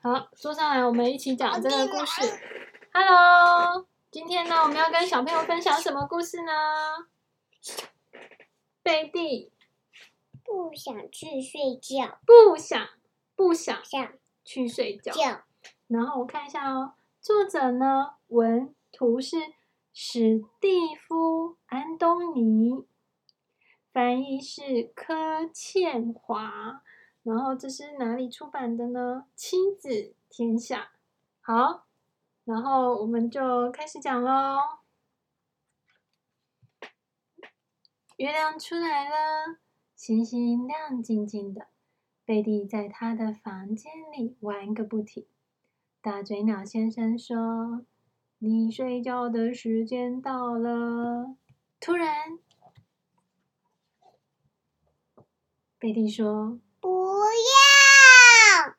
好，说上来，我们一起讲这个故事。Hello，今天呢，我们要跟小朋友分享什么故事呢？贝蒂不想去睡觉，不想不想想去睡觉。觉。然后我看一下哦，作者呢，文图是史蒂夫·安东尼，翻译是柯倩华。然后这是哪里出版的呢？亲子天下。好，然后我们就开始讲喽。月亮出来了，星星亮晶晶的。贝蒂在他的房间里玩个不停。大嘴鸟先生说：“你睡觉的时间到了。”突然，贝蒂说不要，：“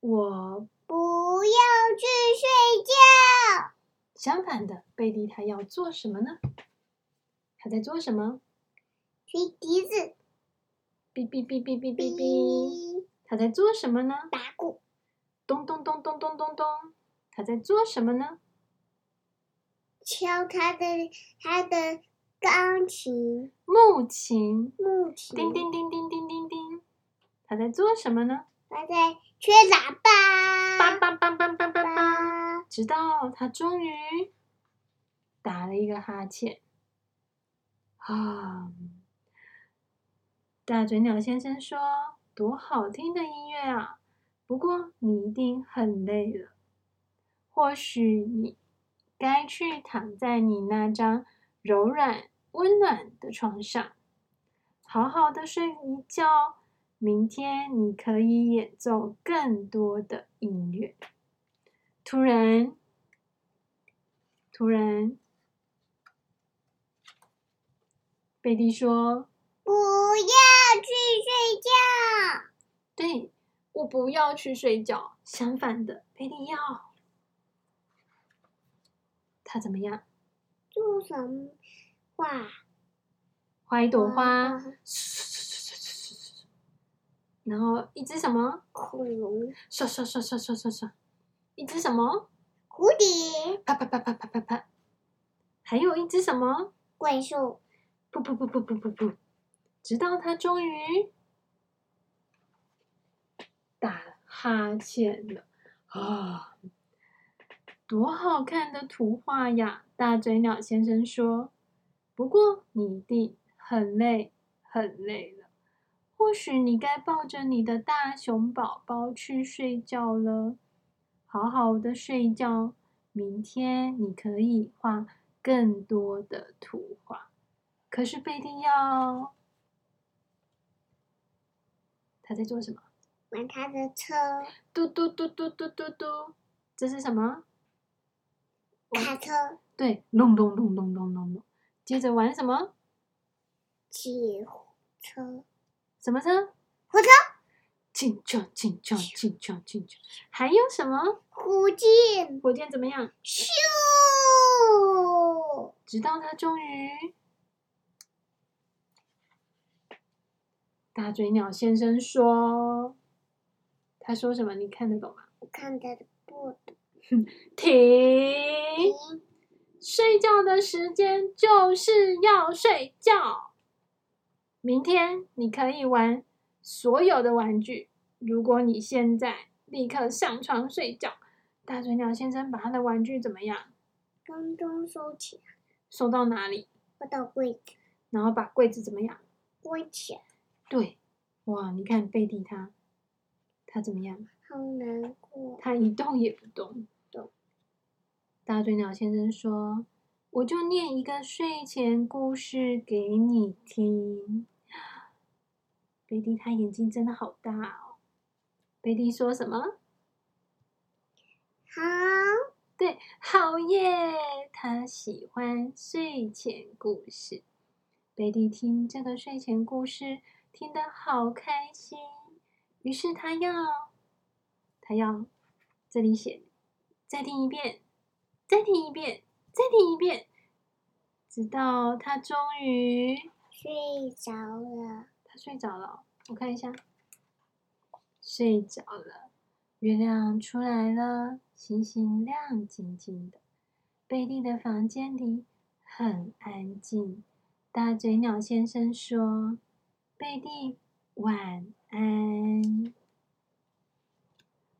我不要去睡觉，相反的，贝蒂他要做什么呢？他在做什么？吹笛子，哔哔哔哔哔哔哔，哔，他在做什么呢？打鼓，咚咚咚咚咚咚咚，他在做什么呢？敲他的他的钢琴、木琴，木琴，叮叮叮叮叮叮叮，他在做什么呢？他在吹喇叭，梆梆梆梆梆梆梆。”叭，直到他终于打了一个哈欠，啊！大嘴鸟先生说：“多好听的音乐啊！不过你一定很累了，或许你该去躺在你那张柔软温暖的床上，好好的睡一觉。明天你可以演奏更多的音乐。”突然，突然，贝蒂说不要去睡觉，：“对，我不要去睡觉。”相反的，贝蒂要他怎么样？做什么话？画一朵花花，然后一只什么？恐龙、刷刷刷刷刷刷刷，一只什么？蝴蝶、啪啪啪啪啪啪啪，还有一只什么？怪兽，噗噗噗噗噗噗噗，直到他终于打哈欠了啊！多好看的图画呀！大嘴鸟先生说：“不过你一定很累，很累了。或许你该抱着你的大熊宝宝去睡觉了，好好的睡觉。明天你可以画更多的图画。”可是贝蒂要，他在做什么？玩他的车，嘟嘟嘟嘟嘟嘟嘟，这是什么？卡车。对，隆隆隆隆隆隆隆。接着玩什么？汽车，什么车？火车，进球进球进球进球。还有什么？火箭，火箭怎么样？咻！直到他终于，大嘴鸟先生说，他说什么？你看得懂吗？我看他的不懂。停。睡觉的时间就是要睡觉。明天你可以玩所有的玩具。如果你现在立刻上床睡觉，大嘴鸟先生把他的玩具怎么样刚刚收起来，收到哪里，我到柜子，然后把柜子怎么样？关起来，对，哇，你看贝蒂他，他怎么样？好难过。他一动也不动。动大嘴鸟先生说：“我就念一个睡前故事给你听。”贝蒂他眼睛真的好大哦。贝蒂说什么？好，对，好耶！他喜欢睡前故事。贝蒂听这个睡前故事听得好开心，于是他要，他要这里写，再听一遍，再听一遍，再听一遍，直到他终于睡着了，他睡着了哦，我看一下，睡着了。月亮出来了，星星亮晶晶的。贝利的房间里很安静。大嘴鸟先生说：“贝利，晚安。”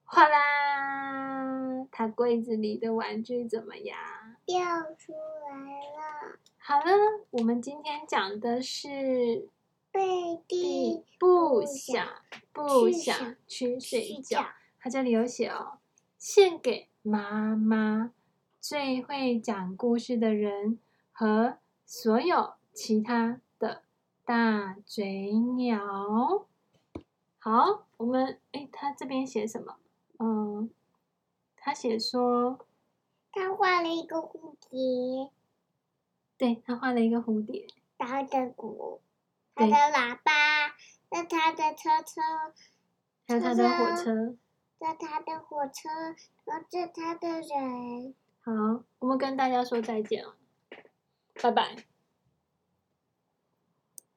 哗啦！他柜子里的玩具怎么样？掉出来了，好了，我们今天讲的是贝蒂不不想想不去想去睡睡觉觉。它这里有写哦，献给妈妈最会讲故事的人和所有其他的大嘴鸟。好，我们诶，他这边写什么？嗯，他写说，他画了一个蝴蝶，对他画了一个蝴蝶，然后的鼓，他对的喇叭，那他的车车，还有他的火车。这他的火车，然后这他的人。哦好，我们跟大家说再见了，拜拜。